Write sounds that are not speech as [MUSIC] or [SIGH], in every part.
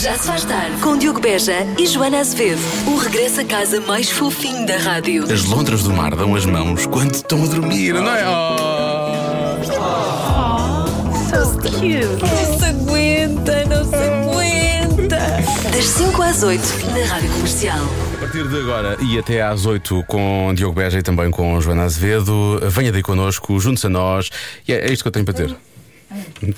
Já se faz tarde com Diogo Beja e Joana Azevedo. O regresso a casa mais fofinho da rádio. As lontras do mar dão as mãos quando estão a dormir, não é? Oh. Não se aguenta, não se aguenta. Das 5 às 8 na rádio comercial. A partir de agora e até às 8 com Diogo Beja e também com Joana Azevedo, venha daí connosco, junte-se a nós. E é é isto que eu tenho para ter.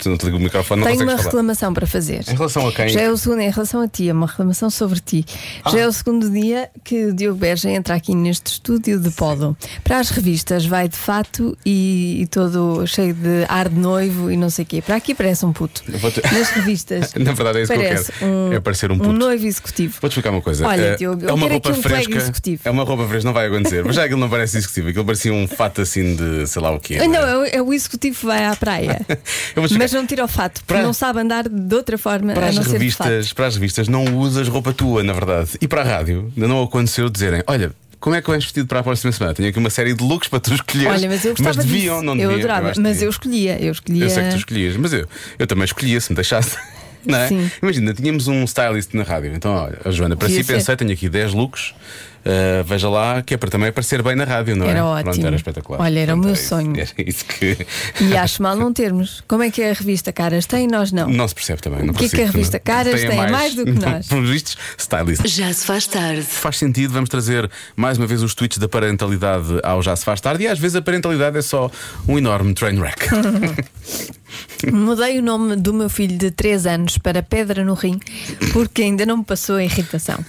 Não te ligo o microfone, não Tenho uma consegues falar. reclamação para fazer. Em relação a quem? Ah. Já é o segundo, em relação a ti, é uma reclamação sobre ti. Já é o segundo dia que o Diogo Beja entra aqui neste estúdio de pódo. Para as revistas vai de fato e, e todo cheio de ar de noivo e não sei o quê. Para aqui parece um puto. Eu vou te- Nas revistas. [LAUGHS] Na verdade é isso que eu parece quero. Um, É parecer um puto. noivo executivo. Vou-te explicar uma coisa. Olha, É- Diogo, é eu uma quero roupa aqui um colega fresca. executivo. É uma roupa fresca, não vai acontecer. Mas já aquilo não parece executivo, aquilo parecia um fato assim de sei lá o quê. Ah, não Não, é? [LAUGHS] é o, é o executivo que vai à praia. Eu vou explicar. Mas não tira o fato, porque Para- não sabe andar de outra forma Para a as, não ser de fato. revistas, para as revistas não usas roupa tua, na verdade. E para a rádio, ainda não aconteceu dizerem: olha, como é que vais vestido para a próxima semana? Tenho aqui uma série de looks para tu escolheres. Olha, mas eu gostava deviam, disso. não deviam. Eu adorava, acho que mas eu deviam. escolhia, eu escolhia. Eu sei que tu escolhias, mas eu, eu também escolhia se me deixasse. [LAUGHS] Não é? Sim. Imagina, tínhamos um stylist na rádio. Então, olha, a Joana, para si Podia ser. pensei, tenho aqui 10 looks. ah, veja lá, que é para também aparecer bem na rádio, não é? Era Pronto, ótimo. era espetacular. Olha, era o Pronto, é meu isso- sonho. Era isso que. [LAUGHS] E acho mal não termos. Como é que a revista Caras tem e nós não? Não se percebe também. Não O que é que a percebo, revista não. Caras tem? Mais [LAUGHS] do que nós. Por é? vistos, stylist. Já se faz tarde. Faz sentido, vamos trazer mais uma vez os tweets da parentalidade ao Já Se Faz Tarde. E às vezes a parentalidade é só um enorme train wreck. [LAUGHS] Mudei o nome do meu filho de 3 anos para Pedra no Rim porque ainda não me passou a irritação.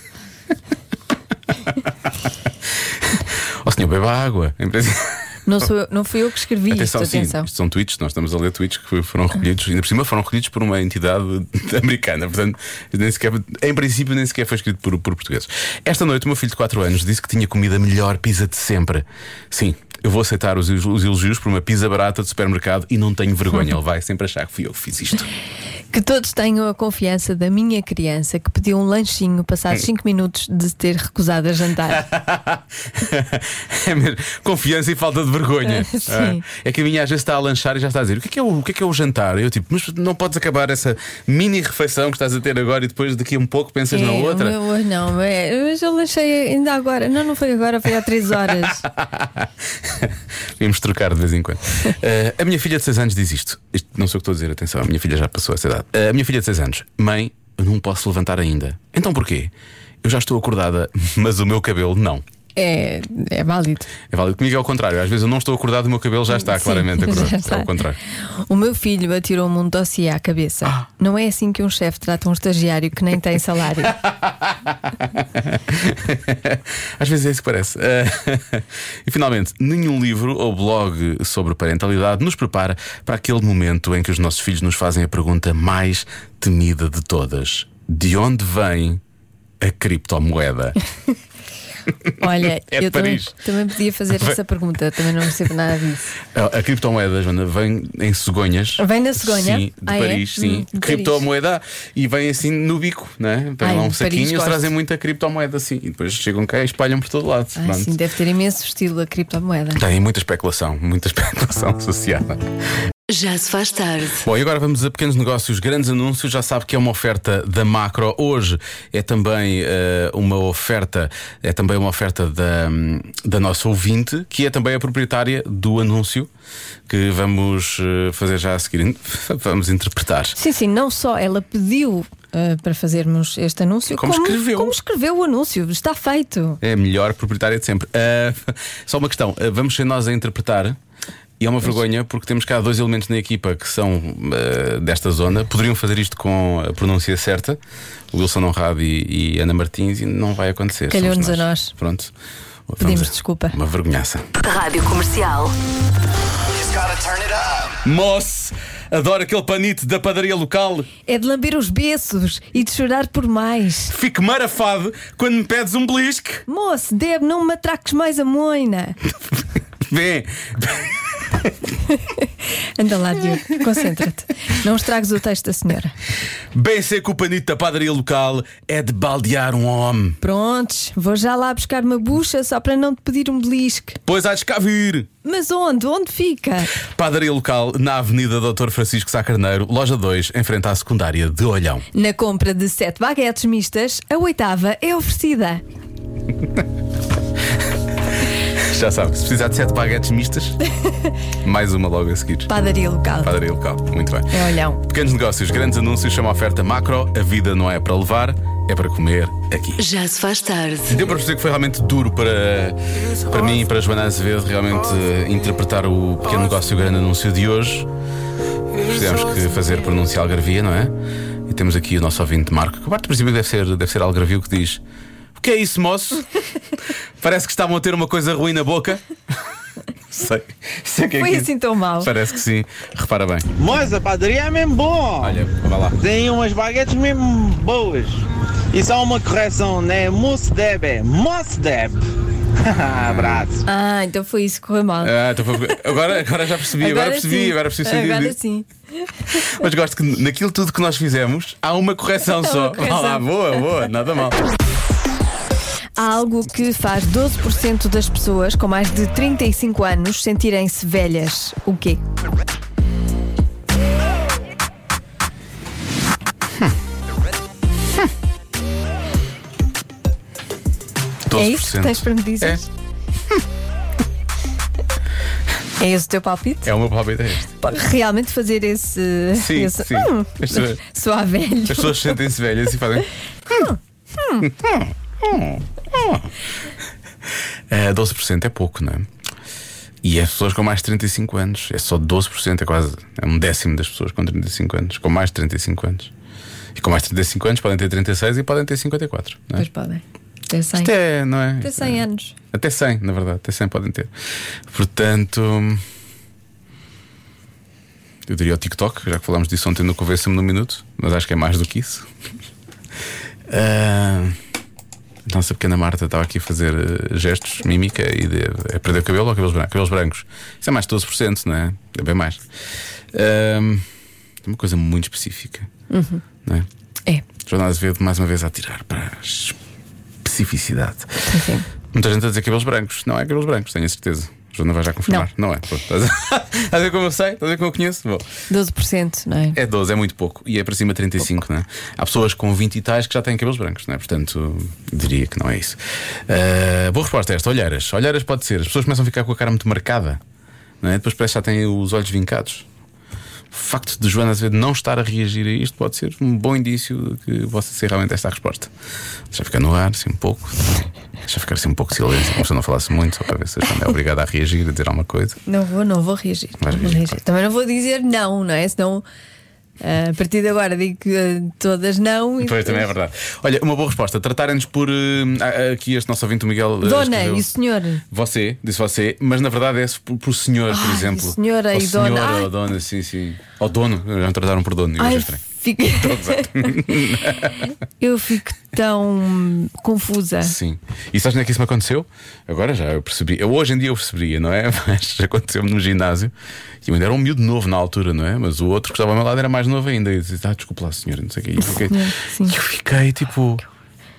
Ó Oh, senhor, beba água. Em princípio- Não, sou eu- não fui eu que escrevi Atenção, isto, sim, atenção. isto são tweets, nós estamos a ler tweets que foram recolhidos, ainda por cima foram recolhidos por uma entidade [LAUGHS] americana, portanto, nem sequer, em princípio, nem sequer foi escrito por, por portugueses. Esta noite, o meu filho de 4 anos disse que tinha comido a melhor pizza de sempre. Sim, eu vou aceitar os, os elogios por uma pizza barata de supermercado e não tenho [LAUGHS] vergonha, ele vai sempre achar que fui eu que fiz isto. Que todos tenham a confiança da minha criança que pediu um lanchinho Hum. passados 5 minutos de ter recusado [LAUGHS] a jantar. é mesmo, confiança e falta de vergonha. Ah, [LAUGHS] sim. Ah, é que a minha às vezes está a lanchar e já está a dizer o que é que é o, o que é que é o jantar? Eu tipo, mas não podes acabar essa mini refeição que estás a ter agora e depois daqui a um pouco pensas É, na outra. o meu hoje não, é, mas eu lanchei ainda agora. Não, não foi agora, foi há 3 horas. [LAUGHS] [LAUGHS] Vimos trocar de vez em quando. Eh, a minha filha de 6 anos diz isto. Isto Não sei o que estou a dizer, atenção, a minha filha já passou essa idade. Eh, a minha filha de 6 anos, mãe, eu não posso levantar ainda. Então porquê? Eu já estou acordada, mas o meu cabelo não. É, é válido. É válido comigo, é ao contrário. Às vezes eu não estou acordado e o meu cabelo já está Sim, claramente [LAUGHS] já acordado. está. É ao contrário. O meu filho atirou-me um dossiê à cabeça. Ah. Não é assim que um chefe trata um estagiário que nem [LAUGHS] tem salário. Às vezes é isso que parece. Eh, [LAUGHS] e finalmente, nenhum livro ou blog sobre parentalidade nos prepara para aquele momento em que os nossos filhos nos fazem a pergunta mais temida de todas: De onde vem a [LAUGHS] criptomoeda? Olha, É de eu também, Paris. também podia fazer essa pergunta, também não percebo nada disso. Eh, A, a criptomoeda, Joana, vem em cegonhas. Vem na cegonha? Sim, de Ah, é? Paris, Hum, sim. de criptomoeda e vem assim no bico, né? Pegam Ai, lá um de Paris saquinho e eles gosto. trazem muita criptomoeda, sim. E depois chegam cá e espalham por todo lado. Ah, Pronto. sim, deve ter imenso estilo a criptomoeda. Tem muita especulação, muita [LAUGHS] especulação Ah. associada. Já se faz tarde. Bom, e agora vamos a pequenos negócios, grandes anúncios. Já sabe que é uma oferta da Macro. Hoje é também eh, uma oferta, é também uma oferta da, hum, da nossa ouvinte, que é também a proprietária do anúncio que vamos eh, fazer já a seguir. [LAUGHS] Vamos interpretar. Sim, sim, não só ela pediu ah, para fazermos este anúncio, Como escreveu. como escreveu o anúncio, está feito. É a melhor proprietária de sempre. Ah, [LAUGHS] só uma questão: ah, vamos ser nós a interpretar. E é uma vergonha porque temos cá dois elementos na equipa que são ah, desta zona, poderiam fazer isto com a pronúncia certa, o Wilson Honrado e, e Ana Martins, e não vai acontecer. Calhou-nos Somos a nós. Pronto. Vamos Pedimos a- desculpa. Uma vergonhaça. Rádio comercial. Just gotta turn it up. Moço, adoro aquele panito da padaria local. É de lamber os beços e de chorar por mais. Fico marafado quando me pedes um belisque. Moço, Deb, não me atraques mais a moina. Vem. Anda lá, Diogo, concentra-te. Não estragues o texto da senhora. Bem seco o panito da padaria local é de baldear um homem. Prontos, vou já lá buscar uma bucha só para não te pedir um belisque. Pois há de cá vir. Mas onde? Onde fica? Padaria local na Avenida Dr. Francisco Sá Carneiro, loja 2, em frente à secundária de Olhão. Na compra de sete baguetes mistas, a oitava é oferecida. Já sabe, se precisar de sete baguetes mistas, mais uma logo a seguir. Padaria local. Padaria local, muito bem. É olhão. Pequenos negócios, grandes anúncios, chama a oferta macro. A vida não é para levar, é para comer aqui. Já se faz tarde. Deu para perceber que foi realmente duro para, para mim e para Joana Azevedo realmente eh, interpretar o pequeno negócio e o grande anúncio de hoje. Tivemos que fazer pronunciar algarvia, não é? E temos aqui o nosso ouvinte Marco, que a parte do princípio deve ser, deve ser algarvio, que diz: O que é isso, [LAUGHS] moço? Parece que estavam a ter uma coisa ruim na boca. sei, sei o que é Foi que é. assim tão mal. Parece que sim. Repara bem. Mas a padaria é mesmo bom. Olha, vai lá. Tem umas baguetes mesmo boas. E só uma correção, não é Mosdeb, é Mosdeb. [LAUGHS] Abraço. Ah, então foi isso que correu mal. Ah, então foi- agora, agora já percebi, agora, percebi, sim. agora percebi o sentido Agora disso. sim. Mas gosto que naquilo tudo que nós fizemos há uma correção só. correção. Vá lá, boa, boa, nada mal. É Há algo que faz 12% das pessoas com mais de 35 anos sentirem-se velhas. O quê? É isso que tens para me dizer? [LAUGHS] É esse o teu palpite? É, é o meu palpite. é este. Pode realmente fazer esse. Sim, esse sim. é. Hum, As pessoas- soar velho. As pessoas sentem-se velhas e fazem. "Hum, É, 12% é pouco, não é? E as pessoas com mais de 35 anos, é só 12%, é quase é um décimo das pessoas com 35 anos, com mais de 35 anos. E com mais de 35 anos podem ter 36 e podem ter 54. Não é? Pois podem. Até 100. Isto é, não é? Até 100 anos. Até 100, na verdade, até 100 podem ter. Portanto, eu diria o TikTok, já que falámos disso ontem no Convença-me no Minuto, mas acho que é mais do que isso. [LAUGHS] Ah, a nossa pequena Marta estava aqui a fazer eh, gestos, mímica e de- é perder o cabelo ou cabelos brancos? Cabelos brancos. Isso é mais de 12%, não é? É bem mais. Ah, é uma coisa muito específica. Não é? É. Jornal Azevedo, mais uma vez, a tirar para a especificidade. Enfim. Muita gente a dizer cabelos brancos. Não é cabelos brancos, tenho a certeza. O João não vai já confirmar. Não, é. Pronto, estás a... estás a ver [LAUGHS] como eu sei? Estás a ver como eu conheço? Bom, 12%, não é? é 12, é muito pouco. E é para cima 35, não é? Há pessoas com 20 e tais que já têm cabelos brancos, não é? Portanto, diria que não é isso. Ah, boa resposta esta: olheiras. Olheiras pode ser. As pessoas começam a ficar com a cara muito marcada, não é? Depois parece que já têm os olhos vincados. O facto de Joana Azevedo não estar a reagir a isto pode ser um bom indício de que possa ser realmente esta a resposta. Deixa ficar no ar, assim um pouco. Deixa ficar assim um pouco de silêncio, como se eu não falasse muito, só para ver se a Joana é obrigada a reagir, a dizer alguma coisa. Não vou, não vou reagir. Vais Não vou reagir, reagir. claro. Também não vou dizer não, não é? Senão, ah, a partir de agora, digo que ah, todas não. e Pois depois- também é verdade. Olha, uma boa resposta. Tratarem-nos por. eh, ah, ah, aqui este nosso ouvinte, o Miguel. eh, Dona escreveu- e senhor. Você, disse você, mas na verdade é por, por senhor, por Ai, exemplo. senhora Ou e dona. Senhora Ai. ou dona, sim, sim. Ou dono, já é. me trataram por dono, eu Ai, achei estranho. fico... [LAUGHS] eu fico tão confusa. [LAUGHS] Sim. E sabes onde é que isso me aconteceu? Agora já eu percebi. Eu, hoje em dia eu percebia, não é? [LAUGHS] Mas aconteceu-me no ginásio e eu ainda era um miúdo novo na altura, não é? Mas o outro que estava ao meu lado era mais novo ainda. E eu disse, ah, desculpa lá, senhora, não sei o quê. E eu fiquei, Senhor, sim. e eu fiquei tipo.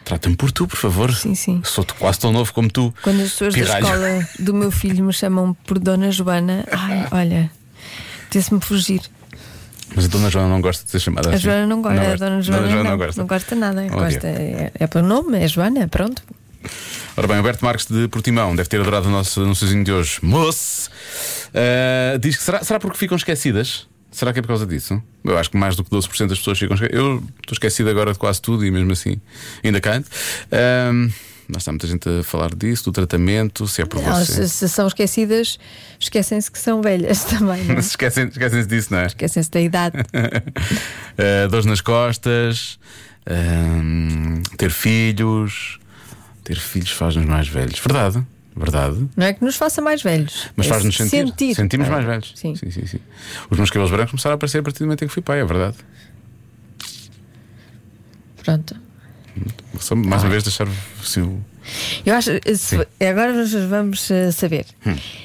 Trata-me por tu, por favor. Sim, sim. Sou quase tão novo como tu. Quando as pessoas pirralho. da escola do meu filho me chamam por Dona Joana, ai, olha, apetece-me fugir. Mas a Dona Joana não gosta de ser chamada A assim. Joana não gosta, a Dona Joana, não gosta. não gosta nada. Ok. Gosta, é, é pelo nome, é Joana, pronto. Ora bem, Alberto Marques de Portimão deve ter adorado o nosso anunciozinho de hoje. Moço! Ah, diz que será, será porque ficam esquecidas? Será que é por causa disso? Eu acho que mais do que 12% das pessoas ficam esquecidas. Eu estou esquecido agora de quase tudo e mesmo assim ainda canto. Ahm, Nós está muita gente a falar disso, do tratamento, se é por Elas, você. se, [LAUGHS] se são esquecidas, esquecem-se que são velhas [LAUGHS] também, não é? Esquecem-se esquecem-se disso, não é? esquecem-se da idade. Ah, dores nas costas, ahm, ter filhos. Ter filhos faz-nos mais velhos. Verdade, verdade. Não é que nos faça mais velhos. Mas é faz-nos sentir. Sentimos mais velhos. Sim. Sim, sim, sim. Os meus cabelos brancos começaram a aparecer a partir do momento em que fui pai, é verdade. Pronto. Vou Só Ah. mais uma vez deixar assim, o- Hum. Eu acho. se- agora nós vamos eh, saber.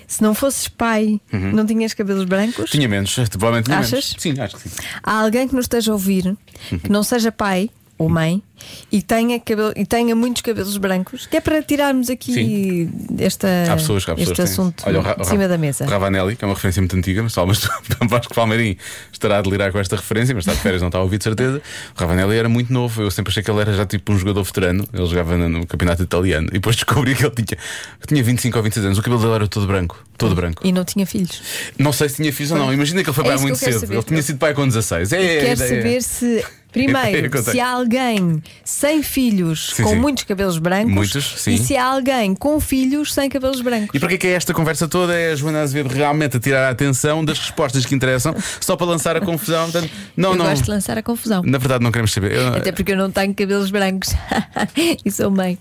Se não fosses pai, Uhum. não tinhas cabelos brancos? Tinha menos, [LAUGHS] provavelmente tinha menos. Achas? Sim, acho que sim. Há alguém que nos esteja a ouvir que não seja pai ou mãe e tenha, cabelo, e tenha muitos cabelos brancos, que é para tirarmos aqui esta, Há pessoas, há pessoas Ah, este que têm. assunto Olha, o Ra- o de Ra- cima da mesa. o Ravanelli, que é uma referência muito antiga, mas [LAUGHS] talvez o Vasco Palmeirim estará a delirar com esta referência, mas está de férias, não está a ouvir de certeza. O Ravanelli era muito novo, eu sempre achei que ele era já tipo um jogador veterano, ele jogava no, no campeonato italiano e depois descobri que ele tinha, que tinha 25 ou 26 anos, o cabelo dele era todo branco, Ah. todo branco. E não tinha filhos. Não sei se tinha filhos ou não, imagina que ele foi É pai isso muito que eu quero cedo, saber. ele tinha sido pai com 16. É, é, Quero é, é. saber se, [LAUGHS] primeiro, Acontece. se há alguém sem filhos Sim, com sim. muitos cabelos brancos Muitos, sim. e se há alguém com filhos sem cabelos brancos. E para que é que é esta conversa toda? É a Joana Azevedo realmente a tirar a atenção das respostas que interessam, só para lançar a confusão. Portanto, não, Eu não. gosto de lançar a confusão. Na verdade, não queremos saber. Eu- Até porque eu não tenho cabelos brancos [LAUGHS] e sou mãe.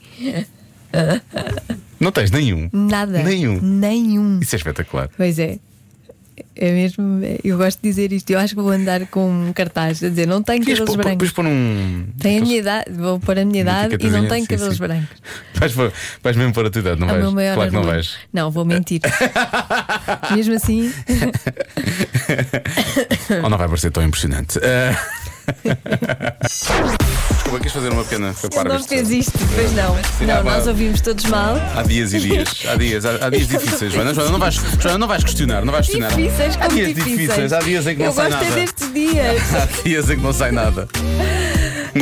Não tens nenhum. Nada. Nenhum. Nenhum. Isso é espetacular. Pois é. É mesmo. Eu gosto de dizer isto. Eu acho que vou andar com um cartaz a dizer: não tenho Queres cabelos pôr- brancos. Depois pôr um. Tenho a minha idade, vou pôr a minha idade e não etiquetazinha, tenho sim, cabelos sim. brancos. Vais, pôr- vais mesmo pôr a tua idade, não É o vais? meu maior claro que não orgulho. vais. Não, [LAUGHS] vou mentir. mesmo assim, Ou não vai parecer tão [LAUGHS] impressionante. Ah. [LAUGHS] Desculpa, quis fazer uma pequena. Foi ele parvo não isto. fez isto, pois não. Ah, Não, vá. nós ouvimos todos mal. Há dias e dias, há dias, há, há [LAUGHS] dias difíceis, Joana. Joana, não vais, Joana, não vais questionar, não vais questionar. Difíceis, há como dias difíceis. há dias em que não Eu sai gosto nada. é destes dias. Há dias em que não sai nada.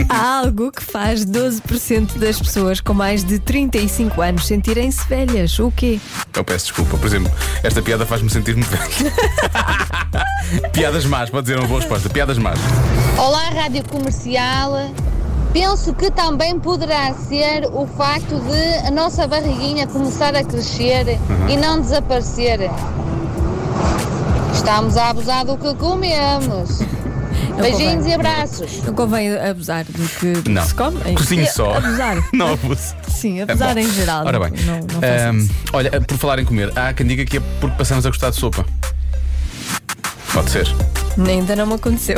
Há algo que faz 12% das pessoas com mais de 35 anos sentirem-se velhas. O quê? Eu peço desculpa, por exemplo, esta piada faz-me sentir-me velho. [LAUGHS] Piadas más, pode dizer uma boa resposta. Piadas más. Olá, Rádio Comercial. Penso que também poderá ser o facto de a nossa barriguinha começar a crescer e não desaparecer. Estamos a abusar do que comemos. Beijinhos e abraços. Não convém abusar do que do que Não. se come. é Cozinhe só. Abusar. [LAUGHS] Não abuse. Sim, abusar Bom, em geral. Ora bem. ehm, Não, não faço Ahm, isso. olha, por falar em comer, há quem diga que é porque passamos a gostar de sopa. Pode ser. Ainda não [LAUGHS] me aconteceu.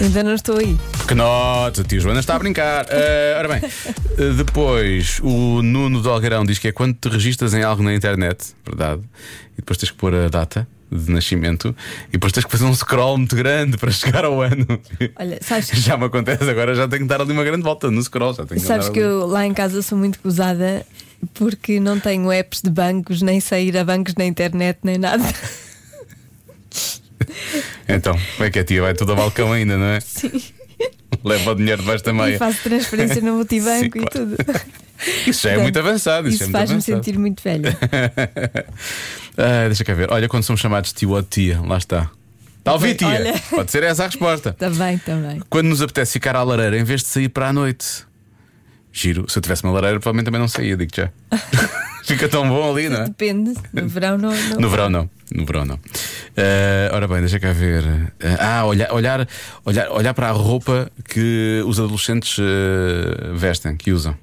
Ainda não estou aí. Que nota, tio Joana está a brincar. Eh, ora bem, eh, depois o Nuno do Algarão diz que é quando te registas em algo na internet, verdade, e depois tens que pôr a data de nascimento e depois tens que fazer um scroll muito grande para chegar ao ano. Olha, sabes- Já me acontece agora, já tenho que dar ali uma grande volta no scroll. Já tenho Sabes andar que ali. eu lá em casa sou muito gozada porque não tenho apps de bancos, nem sair a bancos na internet, nem nada. Então, como é que é, tia? Vai tudo ao balcão ainda, não é? Sim. Leva o dinheiro debaixo da meia. E faço transferência no [LAUGHS] multibanco Sim, e claro. tudo. Isso já é muito avançado. Isso, Isso é muito faz-me avançado. sentir muito velha. [LAUGHS] Ah, deixa cá ver. Olha, quando somos chamados de tio ou de tia, lá está. Talvez tia. Olha. Pode ser essa a resposta. Também, também. Quando nos apetece ficar à lareira em vez de sair para a noite. Giro, se eu tivesse uma lareira, provavelmente também não saía, digo já. [LAUGHS] Fica tão bom ali, não é? Depende. No verão não. não- No verão não, no verão não. Ah, ora bem, deixa cá ver. Ah, olhar, olhar, olhar, olhar para a roupa que os adolescentes ah, vestem, que usam.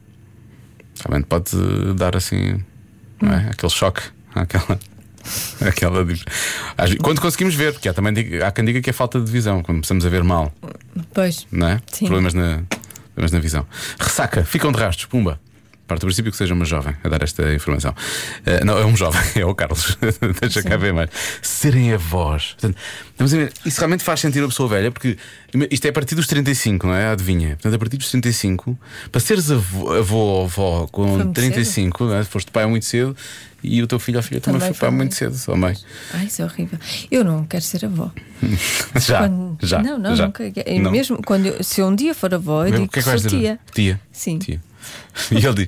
Realmente pode dar assim, não é? Aquele choque, [LAUGHS] aquela. Aquela. dif- Às ve- Quando conseguimos ver, porque há também diga- há quem diga que é falta de visão, quando começamos a ver mal, Pois. não é? Sim. Problemas, na, problemas na visão. Ressaca, ficam de rastros, pumba. Parte do princípio que seja uma jovem a dar esta informação. Eh, não, é um jovem, [LAUGHS] é o Carlos. Deixa cá ver mais. Serem avós. Portanto, vamos ver, isso realmente faz sentir a pessoa velha, porque isto é a partir dos 35, não é? Adivinha. Portanto, a partir dos 35, para seres avô, avô ou avó Foi com muito 35, não é? foste pai muito cedo e o teu filho ou filha também, Também foi foi pai muito muito. cedo, sua mãe. Ai, isso é horrível. Eu não quero ser avó. [LAUGHS] Já, Quando- já. Não, não, já. nunca. E Mesmo quando eu- se eu um dia for avó, eu Mesmo- é digo que sou tia. Tia. Sim. Tia. [LAUGHS] E ele diz: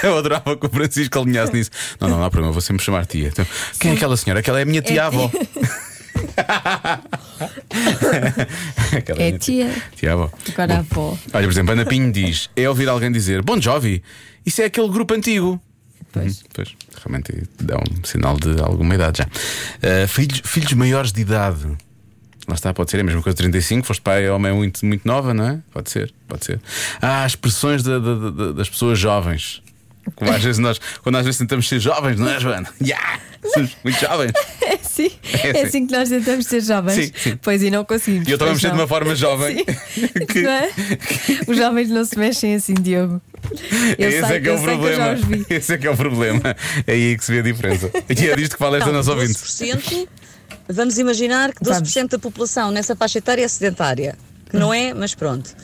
[LAUGHS] Eu adorava que o Francisco alinhasse nisso. Não, não, não há problema, vou sempre chamar tia. Então, quem é aquela senhora? Aquela é a minha tia avó. [LAUGHS] Aquela É minha tia. Tia avó. Agora avó. Olha, por exemplo, Ana Pinho diz: É ouvir alguém dizer Bom Jovi, isso é aquele grupo antigo. Pois. Uhum, pois, realmente dá um sinal de alguma idade já. Ah, filhos, filhos maiores de idade. Lá está, pode ser a mesma coisa, 35, foste pai homem muito, muito nova, não é? Pode ser, pode ser. Há expressões da- da- da- das pessoas jovens. Como às vezes nós, quando às vezes tentamos ser jovens, não é, Joana? [LAUGHS] Yeah, somos muito jovens. [LAUGHS] É assim, É é assim. assim que nós tentamos ser jovens. Sim, sim. Pois e não conseguimos. E eu também pois mexer de [LAUGHS] não. é? uma forma jovem. Sim. Não é? Os jovens não se mexem assim, Diogo. Eu Esse sei, é que é eu o sei que eu problema. já os vi. Esse é que é o problema. É aí que se vê a diferença. E é disto que fala esta Então, nossa ouvinte. 12%, vamos imaginar que 12% da população nessa faixa etária é sedentária, que não é, mas pronto.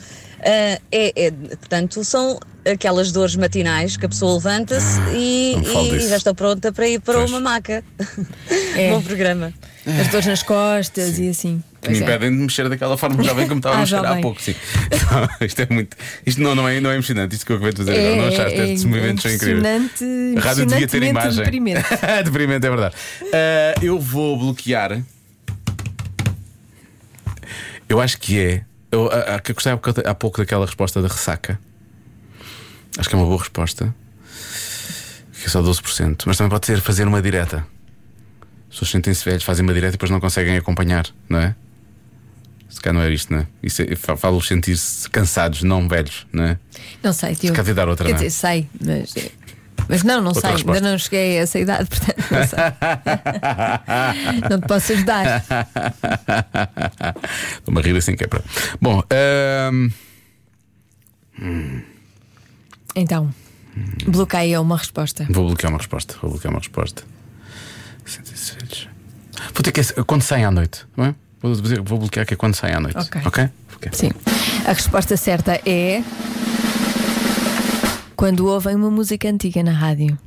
Ah, é, é, portanto, são aquelas dores matinais que a pessoa levanta-se e, não me fale e disso. já está pronta para ir para Pois. uma maca. É. Bom programa. As dores nas costas e assim. Que me Pois é. impedem de mexer daquela forma jovem como estava a [LAUGHS] Ah, mexer há jovem. pouco, sim. [LAUGHS] Não, isto é muito. Isto não, não, é, não é emocionante, isto que eu acabei de fazer agora. Não achaste? Estes movimentos são incríveis. É, impressionante, A rádio devia ter impressionantemente imagem. deprimente. Deprimente, [LAUGHS] é verdade. Ah, eu vou bloquear. Eu acho que é. Eu, a, a, que eu gostei há pouco- há pouco daquela resposta da ressaca. Acho que é uma boa resposta. Que é só 12%. Mas também pode ser fazer uma direta. As pessoas sentem-se velhos, fazem uma direta e depois não conseguem acompanhar, não é? Se calhar não era isto, não é? Isso é fa- Falo-os sentir-se cansados, não velhos, não é? Não sei, Diogo. calhar devia dar outra, Quer não é? dizer, sei, mas. Mas não, não Outra sei, resposta. ainda não cheguei a essa idade, portanto não sei. [LAUGHS] não te posso ajudar. Estou-me a rir assim que é para. Bom, ah, ahm, Então, bloqueia uma resposta. vou bloquear uma resposta. Vou bloquear uma resposta. Sentem-se velhos. Vou ter que. é, Quando saem à noite, não é? Vou, dizer- vou bloquear que é quando saem à noite. Ok. Ok? Ok. Sim. A resposta certa é. Quando ouvem uma música antiga na rádio.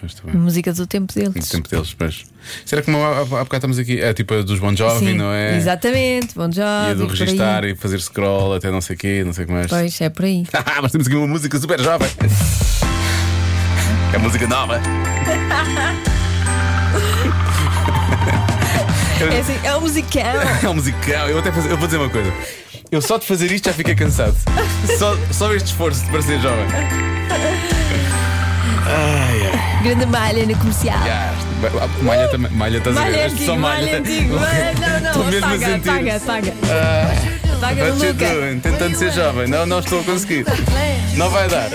Pois, está bem. Música do tempo No deles. tempo deles, pois. Será que como há, há, há bocado estamos aqui? É tipo a dos Bon Jovi, Sim, não é? Exatamente, bom E job. a do registar e fazer scroll até não sei o quê, não sei o que mais. Pois é por aí. [LAUGHS] Ah, mas temos aqui uma música super jovem. É música nova. [LAUGHS] É assim, é um musicão. É um musicão. Eu, até fazer- eu vou dizer uma coisa. Eu só de fazer isto já fiquei cansado. Só, só este esforço de parecer jovem. Grande malha no comercial. Já, isto- malha também. Malha, estás a ver? Uh! Malha Isto antigo, malha [LAUGHS] antigo. Malha- Não, Estou não, mesmo a apaga, sentir. apaga, apaga. Ah, Apaga What you nunca. doing? Tentando ser jovem. Não, não estou a conseguir. Não vai dar.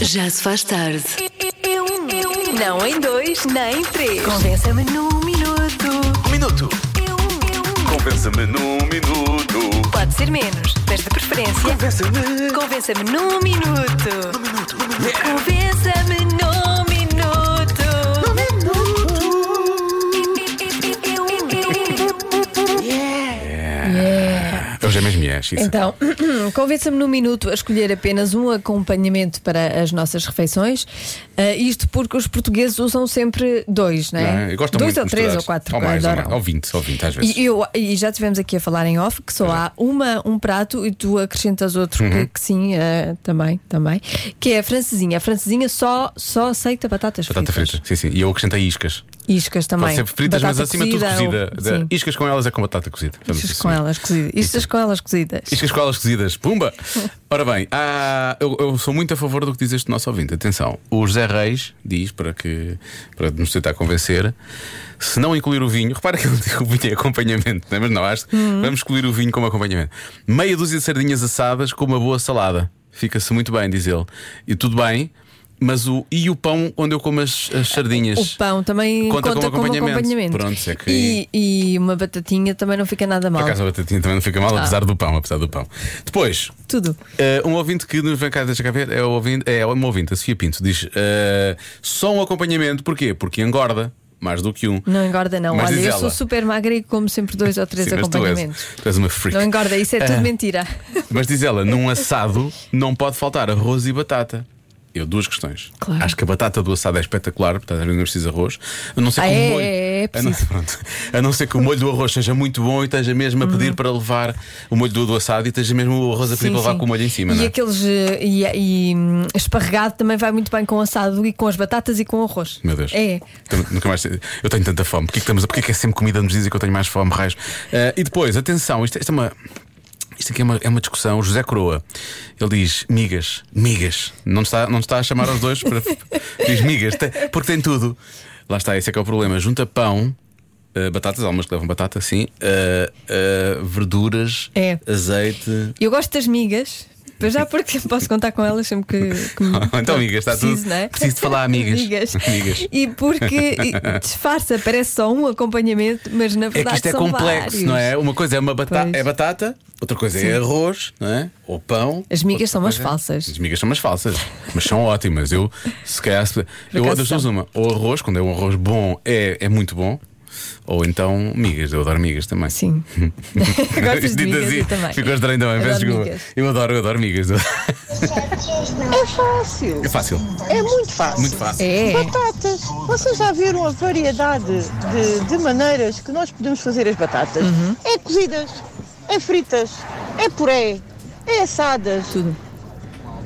Já se faz tarde. Não em dois, nem em três. Convença-me num minuto. Um minuto. Eu, eu. um. Compensa-me num minuto. Pode ser menos, mas de preferência. Convença-me. Convença-me num minuto. Num minuto. Convença-me num minuto. Num um. minuto. Hoje é mesmo yes, isso. Então, [CLEARS THROAT] convença-me num minuto a escolher apenas um acompanhamento para as nossas refeições. Ah, isto porque os portugueses usam sempre dois, não é? Não, eu gosto dois muito de ou três misturar. ou quatro. Ou mais, ou, adoram. mais. é. ou 20, ou 20 às vezes. E, eu, e já tivemos aqui a falar em off que só há uma, um prato e tu acrescentas outro Uhum. que, que sim, eh, também, também, que é a francesinha. A francesinha só, só aceita batatas Batata fritas. frita. Sim, sim. E eu acrescentei iscas. Iscas também. Pode ser fritas, Batata mas acima de tudo cozida cozida. ou- Da- sim. Iscas com elas é com batata cozida. Vamos Iscas assim. com elas cozidas. Iscas com elas cozidas. Iscas com elas cozidas. Pumba! Ora bem, há- eu, eu sou muito a favor do que diz este nosso ouvinte. Atenção, o José Reis diz, para, que, para nos tentar convencer, se não incluir o vinho, repara que ele diz que o vinho é acompanhamento, não é? mas não acho. que Hum. Vamos excluir o vinho como acompanhamento. Meia dúzia de sardinhas assadas com uma boa salada. Fica-se muito bem, diz ele. E tudo bem. Mas o, e o pão onde eu como as, as sardinhas? O pão também Conta conta, como como acompanhamento. acompanhamento. Pronto, é que- e, e uma batatinha também não fica nada Por mal. acaso a batatinha também não fica Ah. mal, apesar do pão, apesar do pão. Depois, Tudo. eh, um ouvinte que nos vem cá, deixa cá ver, é, o ouvinte, é uma ouvinte, a Sofia Pinto, diz eh, só um acompanhamento, porquê? Porque engorda mais do que um. Não engorda, não. Mas Olha, diz eu ela- sou super magra e como sempre dois ou três Sim, mas tu és, acompanhamentos. tu és uma freak. Não engorda, isso é tudo Ah. [LAUGHS] mentira. Mas diz ela, num assado não pode faltar arroz e batata. Eu, duas questões. Claro. Acho que a batata do assado é espetacular, portanto, às vezes não precisa arroz. A não ser que Ah, o é, molho. é, é, é a, não, preciso. pronto. a não ser que o molho do arroz seja muito bom e esteja mesmo a pedir para levar o molho do, do assado e esteja mesmo o arroz a pedir Hum. Sim, para levar sim. com o molho em cima, E não é? aqueles. eh, E, e, hum, esparregado também vai muito bem com assado e com as batatas e com arroz. Meu Deus. É. Tam- Nunca mais. Eu tenho tanta fome. Porquê que, estamos... Porquê que é sempre comida nos dizem que eu tenho mais fome, raios? Ah, e depois, atenção, isto, isto é uma. Isto aqui é uma, é uma discussão. O José Coroa, ele diz migas, migas. Não está, não está a chamar aos dois para. [LAUGHS] diz migas, tem- porque tem tudo. Lá está, esse é que é o problema. Junta pão, ah, batatas, algumas que levam batata, sim, ah, ah, verduras, É. azeite. [LAUGHS] Eu gosto das migas. Mas já porque [LAUGHS] posso contar com elas sempre que, [LAUGHS] que me- Então, amigas, está preciso, tudo- não é? preciso de falar, [LAUGHS] amigas. amigas. [LAUGHS] Amigas. E porque e- disfarça, parece só um acompanhamento, mas na É que verdade isto é são complexo, vários. não é? Uma coisa é, uma bata Pois. é batata, outra coisa é arroz, não é? ou pão. As migas outra são umas coisa- é- falsas. As migas são umas falsas, mas são ótimas. Eu, se calhar, se- eu acaso das duas são. uma. Ou arroz, quando é um arroz bom, é, é muito bom. Ou então migas, eu adoro migas também. [LAUGHS] Sim. Gostas de Dito migas assim, eu também. Ficou estranho também, peço Adoro desculpa. migas. Eu adoro, eu adoro migas. É fácil, É fácil, é muito fácil. muito fácil. É. Batatas, vocês já viram a variedade de, de maneiras que nós podemos fazer as batatas? É cozidas, é fritas, é puré, é assadas. Tudo.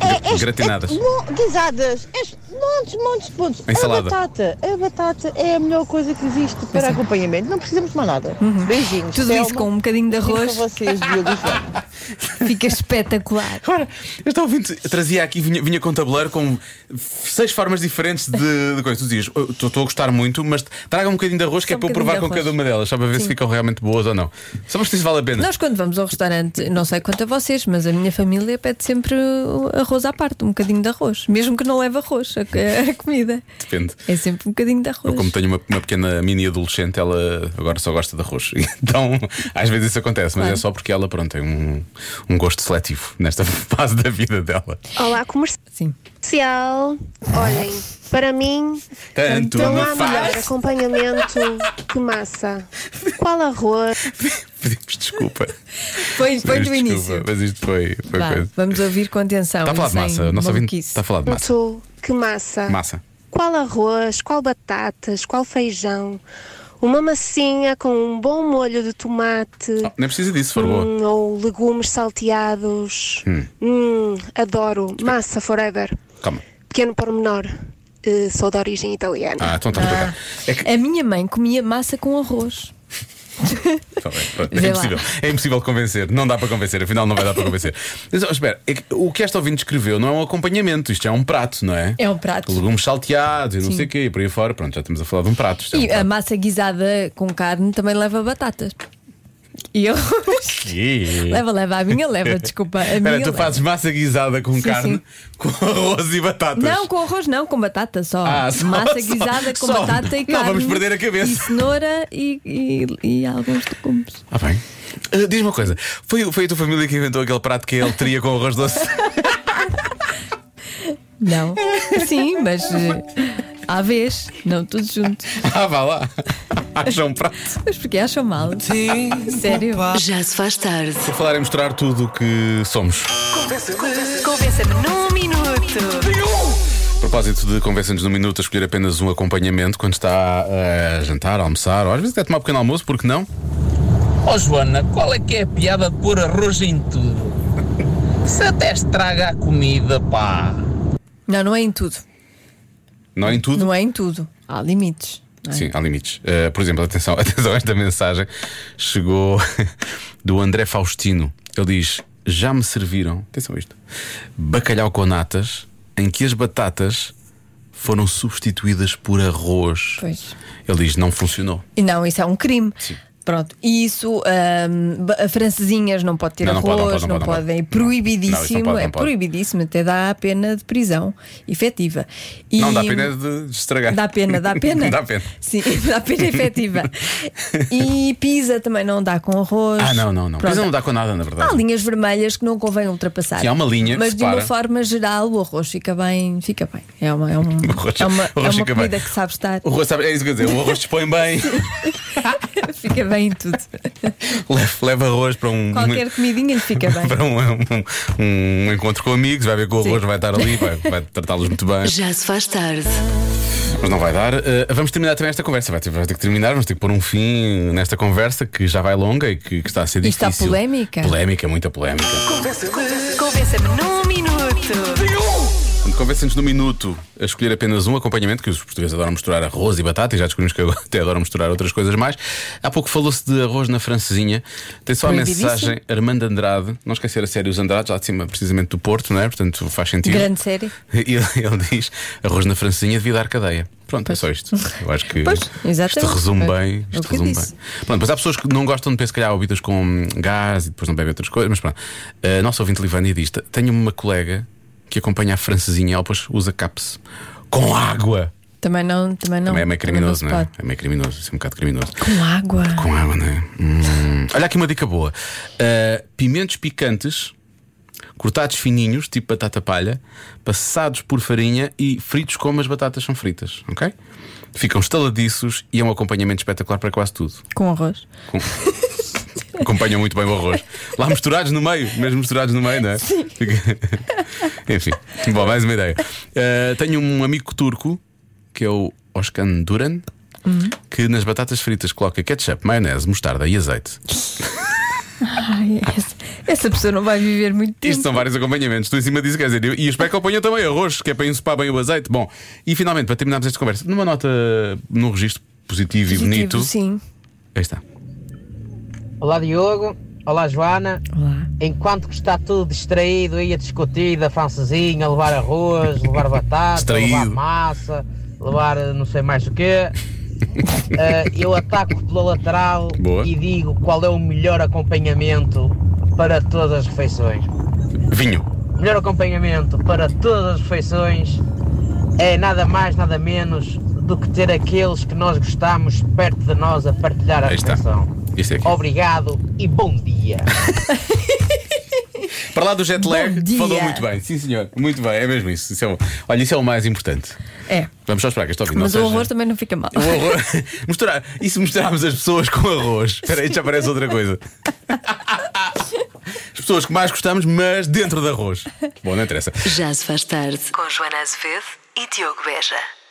É, é- Gratinadas. é mo- guisadas, é montes, montes, montes. Ensalada. A batata, a batata é a melhor coisa que existe para acompanhamento. Não precisamos de mais nada. Beijinhos. Uhum. Tudo Telma. isso com um bocadinho de Fico arroz com vocês, Diogo e Joana. fica espetacular. Agora, eu estava ouvindo, eu trazia aqui, vinha, vinha com um tabuleiro com seis formas diferentes de, de coisas. Tu dizias, "Eu estou estou a gostar muito, mas traga um bocadinho de arroz que Só é um para eu bocadinho provar de com arroz. cada uma delas, só para ver se Sim. ficam realmente boas ou não. Só para se isso vale a pena. Nós, quando vamos ao restaurante, não sei quanto a vocês, mas a minha família pede sempre uh, arroz à parte, um bocadinho de arroz, mesmo que não leve arroz, a, a comida. Depende. É sempre um bocadinho de Eu, arroz. como tenho uma, uma pequena mini adolescente, ela agora só gosta de arroz. [LAUGHS] Então, às vezes isso acontece, mas Claro. é só porque ela, pronto, tem um, um gosto seletivo nesta [LAUGHS] fase da vida dela. Olá, Sim. comercial. Olhem, para mim, Tanto Então não me há melhor faz. acompanhamento que massa. Qual arroz? Pedimos desculpa. Foi, foi Pedimos do desculpa, início. Mas isto foi, foi Vá, coisa. vamos ouvir com atenção. Está a falar de sem massa, nossa ouvinte maluquice. está a falar de massa. Tu, que massa. Massa. Qual arroz? Qual batatas? Qual feijão? Uma massinha com um bom molho de tomate. Oh, nem precisa disso, se for boa. Hum, ou legumes salteados. Hum, adoro. Massa forever. Calma. Pequeno pormenor. Eh, sou de origem italiana. Ah, então está muito bem. É que- A minha mãe comia massa com arroz. tá bem, pronto. Vê É lá. impossível. É impossível convencer. Não dá para convencer. Afinal, não vai dar para convencer. Mas, oh, espera, é que o que esta ouvinte escreveu não é um acompanhamento. Isto é um prato, não é? É um prato. Legumes salteados e não Sim. sei o quê. E por aí fora. Pronto, já estamos a falar de um prato. Isto é um E a prato. massa guisada com carne também leva batatas. E arroz. Ih. ah, Leva, leva, a minha [LAUGHS] leva, desculpa. A minha Espera, tu leva. fazes massa guisada com carne, sim. com arroz e batatas. Não, com arroz não, com batata só. Ah, só- Massa só- guisada com só. batata e Não, carne. vamos perder a cabeça. E cenoura e, e, e alguns legumes. Ah, bem. Ah, Diz-me uma coisa, foi, foi a tua família que inventou aquele prato que é a loteria com arroz [LAUGHS] doce? [LAUGHS] Não. Sim, mas eh, à vez, não todos juntos. Ah, vá lá. Acha um prato. Mas porque acham mal? Sério? Já se faz tarde. Vou falar em mostrar tudo o que somos. Convença-me num minuto. A propósito de convenções no minuto, a escolher apenas um acompanhamento quando está eh, a jantar, a almoçar, ou às vezes até tomar um pequeno almoço, porque não? Ó Joana, qual é que é a piada de pôr arroz em tudo? Se até estraga a comida, pá. Não, não é em tudo. Não é em tudo? Não é em tudo. Há limites. não é? Sim, há limites. Eh, por exemplo, atenção, [LAUGHS] atenção a esta mensagem chegou [LAUGHS] do André Faustino. Ele diz: Já me serviram, atenção a isto, bacalhau com natas, em que as batatas foram substituídas por arroz. Pois. Ele diz: Não funcionou. E não, isso é um crime. Pronto, e isso, ahm, ba- francesinhas não pode ter Não, não arroz, pode, não pode, não pode, não pode. Não, é isso proibidíssimo, não pode, não é pode. proibidíssimo, até dá a pena de prisão efetiva. E- Não dá pena de de estragar. Dá pena, [LAUGHS] dá pena. dá pena. Sim, [LAUGHS] dá pena efetiva. E pizza também não dá com arroz. Ah, não, não, não. Pronto. Tá Mas não dá com nada, na verdade. Há linhas vermelhas que não convém ultrapassar. Sim, há uma linha que Mas de uma separa. forma geral, o arroz fica bem. Fica bem. É uma, é um, arroz- é uma, [LAUGHS] o arroz é uma fica bem. comida que sabe estar. [LAUGHS] O arroz, sabe, é isso que eu ia dizer, o arroz dispõe bem, fica bem em tudo. leva, leva arroz para um. Qualquer comidinha lhe fica bem. [LAUGHS] Para um, um- um encontro com amigos, vai ver que o arroz vai estar ali, vai, vai tratá-los muito bem. Já se faz tarde. Mas não vai dar. Eh, vamos terminar também esta conversa. Vai ter, vai ter que terminar, vamos ter que pôr um fim nesta conversa que já vai longa e que, que está a ser E difícil. está polémica. Polémica, muita polémica. Convença-me num minuto. Portanto, Convence-nos no minuto a escolher apenas um acompanhamento, que os portugueses adoram misturar arroz e batata, e já descobrimos que agora [LAUGHS] até adoram misturar outras coisas mais. Há pouco falou-se de arroz na francesinha. Tem só a Proibidíssimo. mensagem Armando Andrade, não esquecer a série Os Andrades, lá de cima, precisamente do Porto, não é? Portanto, faz sentido. Grande série. [LAUGHS] E ele, ele diz: arroz na francesinha devia dar cadeia. Pronto, é só isto. Eu acho que Pois, isto exatamente. resume É bem. o Isto que eu resume bem. disse. Pronto, mas há pessoas que não gostam de beber, se calhar, bebidas com hum, gás e depois não bebem outras coisas. Mas pronto, a nossa ouvinte Livânia diz: Tenho uma colega que acompanha a francesinha, ela depois usa capse com água. Também não. Também, não, Também é meio criminoso, também não se é? pode. É meio criminoso, isso é um bocado criminoso. Com água. Com água, não é? Hum. Olha aqui uma dica boa: Uh, pimentos picantes, cortados fininhos, tipo batata palha, passados por farinha e fritos como as batatas são fritas, ok? Ficam estaladiços e é um acompanhamento espetacular para quase tudo. Com arroz. Acompanham muito bem o arroz. Lá misturados no meio, mesmo misturados no meio, não é? Sim. [LAUGHS] Enfim, bom, mais uma ideia. Uh, tenho um amigo turco, que é o Oskan Duran, que nas batatas fritas coloca ketchup, maionese, mostarda e azeite. Ai, essa, essa pessoa não vai viver muito tempo. Isto são vários acompanhamentos. Tu em cima disso, quer dizer, eu- e espero que eu ponha também arroz, que é para ensopar bem o azeite. Bom, e finalmente, para terminarmos esta conversa, numa nota, num registro positivo, Positivo, e bonito. Sim. Aí está. Olá Diogo, olá Joana. Olá. Enquanto que está tudo distraído aí a discutir da francesinha, levar arroz, levar batata, Distraído. levar massa, levar eh, não sei mais o [LAUGHS] quê, eh, eu ataco pela lateral Boa. e digo qual é o melhor acompanhamento para todas as refeições. Vinho. O melhor acompanhamento para todas as refeições é nada mais, nada menos do que ter aqueles que nós gostamos perto de nós a partilhar a Aí está. refeição. Isto é aqui. Obrigado e bom dia. Para lá do jet Bom lag, dia. falou muito bem. Sim, senhor. Muito bem, é mesmo isso. isso é o- Olha, isso é o mais importante. É. Vamos só esperar que este ouvido Mas não o seja- arroz também não fica mal. O arroz. [LAUGHS] Misturar. E se misturarmos as pessoas com arroz? Espera aí, já parece outra [LAUGHS] coisa. As pessoas que mais gostamos, mas dentro de arroz. Bom, não interessa. Já se faz tarde com Joana Azevedo e Diogo Beja.